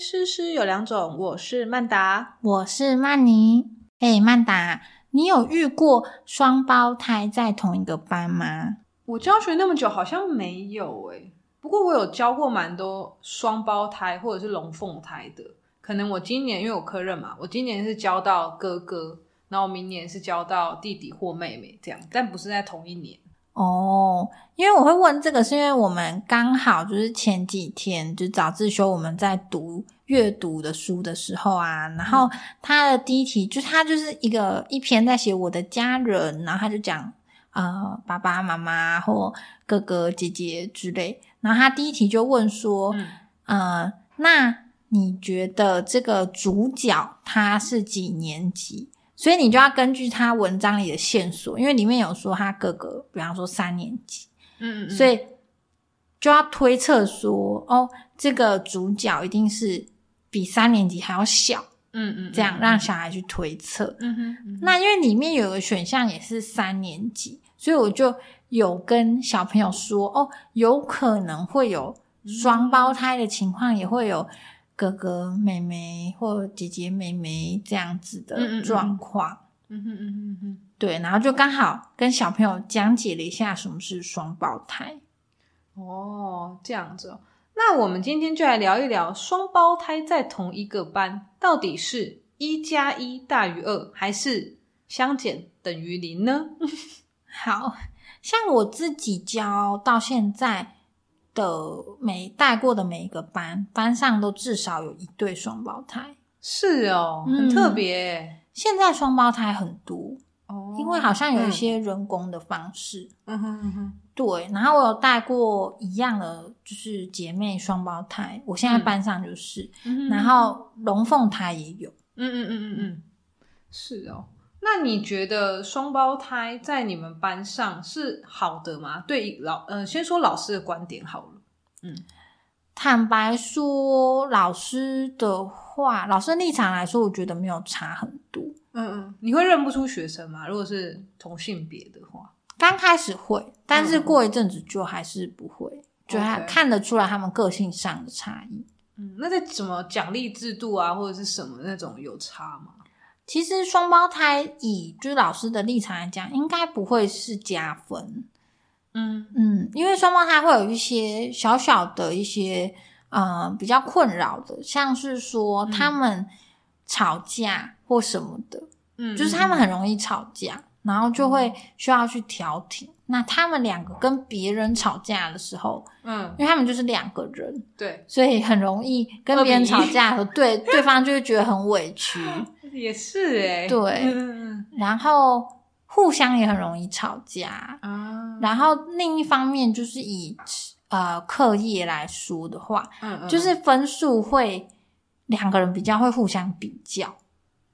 诗诗有两种，我是曼达。我是曼妮。哎、曼达，你有遇过双胞胎在同一个班吗？我教学那么久，好像没有诶、不过我有教过蛮多双胞胎或者是龙凤胎的。可能我今年因为我科任嘛，我今年是教到哥哥，然后明年是教到弟弟或妹妹这样，但不是在同一年。哦，因为我会问这个，是因为我们刚好就是前几天就是早自修，我们在读阅读的书的时候啊，然后他的第一题就是他就是一个一篇在写我的家人，然后他就讲呃爸爸妈妈或哥哥姐姐之类，然后他第一题就问说，嗯，呃，那你觉得这个主角他是几年级？所以你就要根据他文章里的线索，因为里面有说他哥哥，比方说三年级，嗯嗯嗯所以就要推测说，哦，这个主角一定是比三年级还要小，嗯嗯，这样嗯让小孩去推测。嗯哼嗯哼那因为里面有个选项也是三年级，所以我就有跟小朋友说，哦，有可能会有双胞胎的情况，也会有哥哥妹妹或姐姐妹妹这样子嗯嗯嗯的状况。嗯哼嗯哼嗯哼，对，然后就刚好跟小朋友讲解了一下什么是双胞胎。哦，这样子、哦。那我们今天就来聊一聊双胞胎在同一个班到底是一加一大于二，还是相减等于零呢？ 好像我自己教到现在的每带过的每一个班，班上都至少有一对双胞胎。是哦，嗯很特别耶、现在双胞胎很多，哦因为好像有一些人工的方式。嗯哼嗯哼，对，然后我有带过一样的，就是姐妹双胞胎，我现在班上就是，嗯哼然后龙凤胎也有。嗯嗯嗯嗯嗯，是哦。那你觉得双胞胎在你们班上是好的吗？对老呃，先说老师的观点好了。坦白说，老师的话，老师的立场来说，我觉得没有差很多。嗯嗯，你会认不出学生吗？如果是同性别的话，刚开始会，但是嗯过一阵子就还是不会，就还 OK 看得出来他们个性上的差异。嗯，那在什么奖励制度啊，或者是什么那种有差吗？其实双胞胎以就是老师的立场来讲，应该不会是加分，嗯嗯，因为双胞胎会有一些小小的一些呃比较困扰的，像是说嗯他们吵架或什么的，嗯哦就是他们很容易吵架，然后就会需要去调停。那他们两个跟别人吵架的时候，嗯因为他们就是两个人，对，所以很容易跟别 人吵架，和对对方就会觉得很委屈，也是哎、对嗯然后互相也很容易吵架嗯。嗯啊，然后另一方面就是以呃课业来说的话，嗯嗯就是分数会两个人比较会互相比较，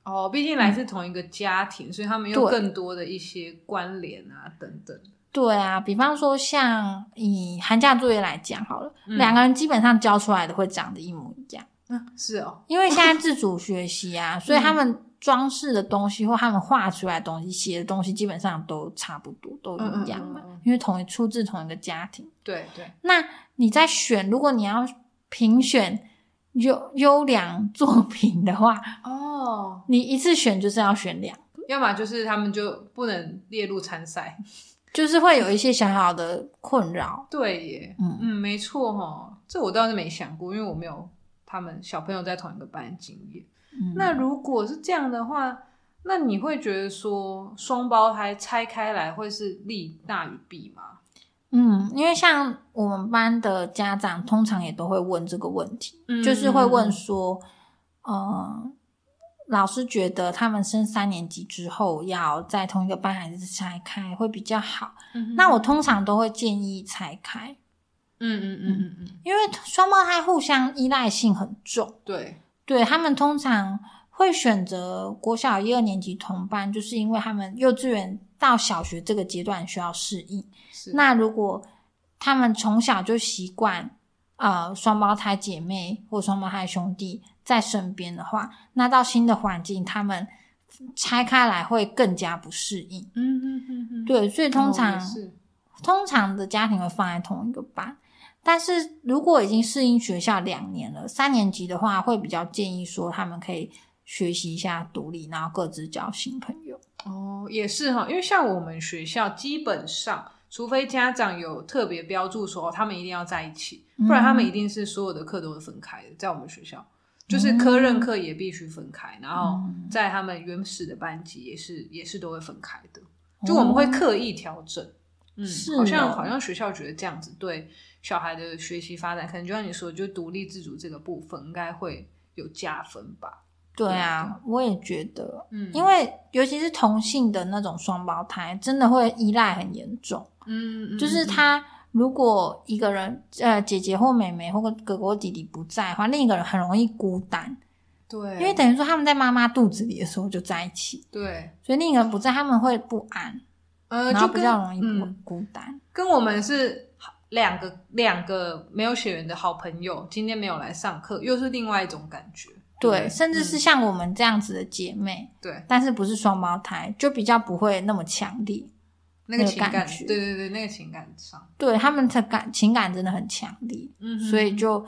哦，毕竟来自同一个家庭，所以他们有嗯对更多的一些关联啊等等。对啊，比方说像以寒假作业来讲好了，嗯两个人基本上教出来的会长得一模一样。嗯，是哦，因为现在自主学习啊，所以嗯他们装饰的东西或他们画出来的东西、写的东西，基本上都差不多，都一样嘛。嗯嗯嗯嗯因为同一出自同一个家庭，对对，那你在选，如果你要评选优优良作品的话，哦，你一次选就是要选两，要么就是他们就不能列入参赛。就是会有一些小小的困扰。对耶，嗯嗯，没错哦，这我倒是没想过，因为我没有他们小朋友在同一个班的经验。嗯那如果是这样的话，那你会觉得说双胞胎拆开来会是利大于弊吗？嗯，因为像我们班的家长通常也都会问这个问题，嗯就是会问说，呃，老师觉得他们升三年级之后要在同一个班还是拆开会比较好？那我，通常都会建议拆开，嗯嗯嗯嗯嗯，因为双胞胎互相依赖性很重，对，对他们通常会选择国小一二年级同班，就是因为他们幼稚园到小学这个阶段需要适应。是，那如果他们从小就习惯呃双胞胎姐妹或双胞胎兄弟在身边的话，那到新的环境，他们拆开来会更加不适应。嗯嗯嗯嗯，对，所以通哦常、也是，通常的家庭会放在同一个班，但是如果已经适应学校两年了，三年级的话会比较建议说他们可以学习一下独立，然后各自交新朋友。哦，也是哈，因为像我们学校基本上，除非家长有特别标注说哦他们一定要在一起，不然他嗯们一定是所有的课都是分开的，在我们学校。就是嗯科任课也必须分开，然后在他们原始的班级也是也是都会分开的，就我们会刻意调整，嗯，哦是好像哦好像学校觉得这样子对小孩的学习发展，可能就像你说，就独立自主这个部分应该会有加分吧，对啊，我也觉得，嗯，因为尤其是同性的那种双胞胎，真的会依赖很严重。嗯，嗯就是，他如果一个人，呃，姐姐或妹妹或哥哥或弟弟不在的话，另一个人很容易孤单，对，因为等于说他们在妈妈肚子里的时候就在一起，对，所以另一个人不在，他们会不安，呃，然就后跟比较容易孤嗯孤单。跟我们是两个两个没有血缘的好朋友，今天没有来上课，又是另外一种感觉，对，甚至是嗯像我们这样子的姐妹，对。但是不是双胞胎，就比较不会那么强烈。那个那个情感感，觉对对对，那个情感上，对他们的感情感真的很强烈，嗯所以就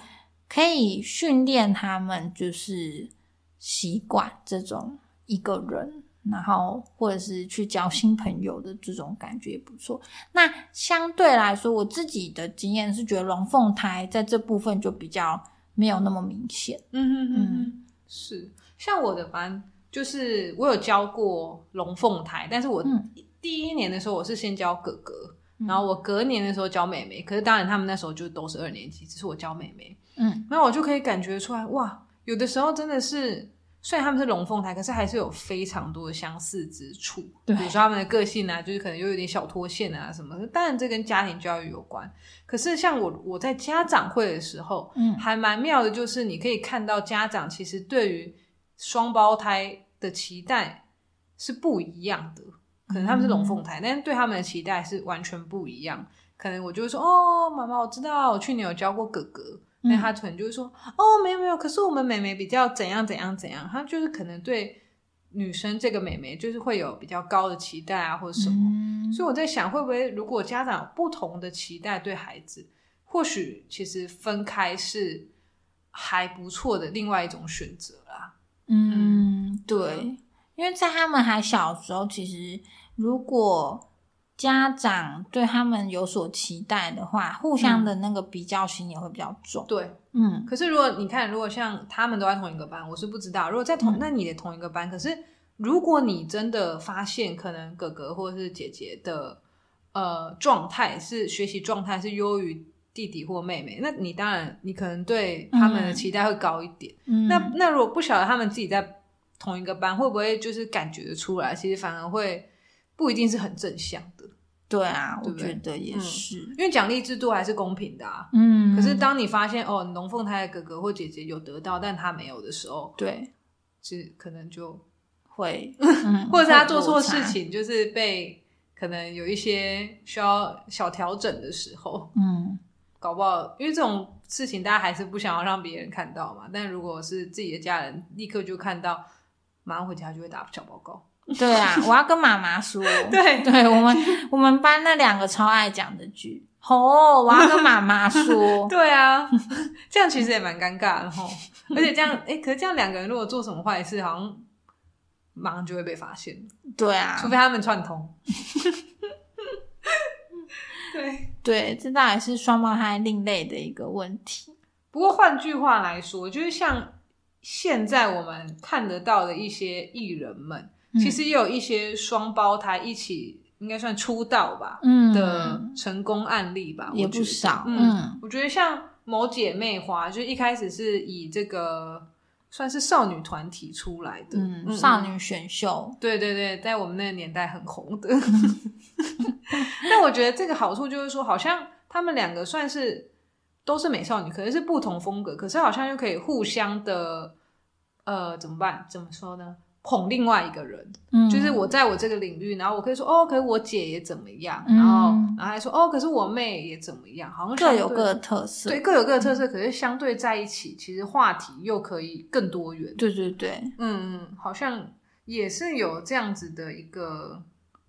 可以训练他们，就是习惯这种一个人，然后或者是去交新朋友的这种感觉也不错。那相对来说，我自己的经验是觉得龙凤胎在这部分就比较没有那么明显。嗯嗯嗯，是。像我的班，就是我有教过龙凤胎，但是我嗯第一年的时候，我是先教哥哥，嗯然后我隔年的时候教妹妹。可是当然，他们那时候就都是二年级，只是我教妹妹。嗯，那我就可以感觉出来，哇，有的时候真的是，虽然他们是龙凤胎，可是还是有非常多的相似之处。对比如说他们的个性啊，就是可能又有点小脱线啊什么的。当然，这跟家庭教育有关。可是像我我在家长会的时候，嗯还蛮妙的，就是你可以看到家长其实对于双胞胎的期待是不一样的。可能他们是龙凤胎，但是对他们的期待是完全不一样。可能我就会说，哦，妈妈，我知道，我去年有教过哥哥，嗯那他可能就会说，哦，没有没有，可是我们妹妹比较怎样怎样怎样，他就是可能对女生这个妹妹就是会有比较高的期待啊，或者什么。嗯所以我在想，会不会如果家长有不同的期待对孩子，或许其实分开是还不错的另外一种选择啦。嗯，对，因为在他们还小的时候，其实如果家长对他们有所期待的话，嗯互相的那个比较心也会比较重。对，嗯，可是如果你看，如果像他们都在同一个班，我是不知道。如果在同，嗯那你的同一个班，可是如果你真的发现，可能哥哥或者是姐姐的呃状态是学习状态是优于弟弟或妹妹，那你当然你可能对他们的嗯期待会高一点。嗯那那如果不晓得他们自己在同一个班，会不会就是感觉得出来？其实反而会不一定是很正向的，对啊，我对不对觉得也嗯是。因为奖励制度还是公平的啊。嗯，可是当你发现哦，龙凤胎的哥哥或姐姐有得到，但他没有的时候，对是可能就， 会，嗯或者是他会做错落差事情，就是被可能有一些需要小调整的时候，嗯，搞不好因为这种事情大家还是不想要让别人看到嘛。但如果是自己的家人立刻就看到，马上回家就会打小报告。 对啊，我要跟妈妈说，对对我们我们班那两个超爱讲这句，哦，我要跟妈妈说，对啊，这样其实也蛮尴尬的吼。而且这样，哎、可是这样两个人如果做什么坏事，好像马上就会被发现，对啊，除非他们串通。对。对，这大概是双胞胎另类的一个问题。不过换句话来说，就是像现在我们看得到的一些艺人们，其实也有一些双胞胎一起，应该算出道吧、嗯的成功案例吧，也我觉得不少嗯，嗯我觉得像某姐妹花，就是一开始是以这个算是少女团体出来的，嗯，少。女选秀，对对对，在我们那个年代很红 的。 但我觉得这个好处就是说，好像他们两个算是都是美少女，可能是不同风格，可是好像又可以互相的，呃，怎么办？怎么说呢？捧另外一个人，嗯，就是我在我这个领域，然后我可以说哦，可是我姐也怎么样，嗯然后然后还说哦，可是我妹也怎么样，好像各相有对各的特嗯色。嗯对各有各的特色，可是相对在一起，其实话题又可以更多元。嗯对对对，嗯，好像也是有这样子的一个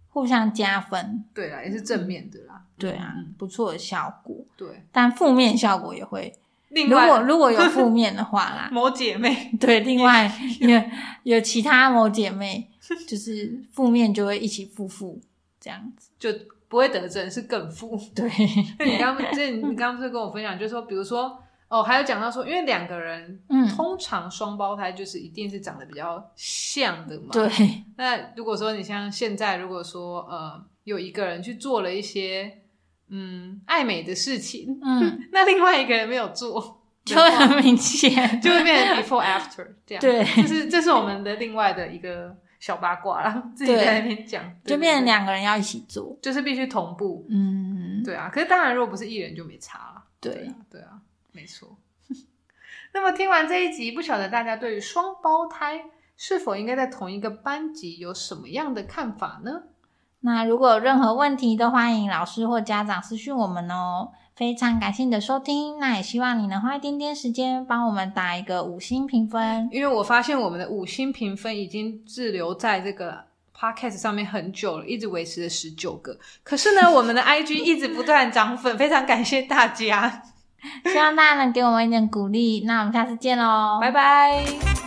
互相加分。对啦，也是正面的啦。嗯对啊嗯，不错的效果，对，但负面效果也会。另如果外，如果有负面的话 啦某姐妹，对，另外有有其他某 姐妹，就是负面就会一起负负这样子。就不会得正，是更负。 对， 那你刚刚这你刚刚不是跟我分享，就是说，比如说哦，还有讲到说，因为两个人嗯，通常双胞胎就是一定是长得比较像的嘛。。 对，那如果说你像现在，如果说呃有一个人去做了一些嗯爱美的事情，嗯， 那另外一个人没有做， 就会很明显。 就会变成 before after 这样。 对这是这是我们的另外的一个小八卦啦，自己对在那边讲，对就变成，对两个人要一起做。对就是必须同步。嗯，对啊，可是当然，如果不是艺人就没差了。对对啊，对啊，没错。 那么听完这一集，不晓得大家对于双胞胎是否应该在同一个班级有什么样的看法呢？那如果有任何问题，都欢迎老师或家长私讯我们哦。非常感谢你的收听，那也希望你能花一点点时间帮我们打一个五星评分。因为我发现我们的五星评分已经滞留在这个 podcast 上面很久了，一直维持了十九个。可是呢，我们的 IG 一直不断涨粉，非常感谢大家，希望大家能给我们一点鼓励。那我们下次见喽，拜拜。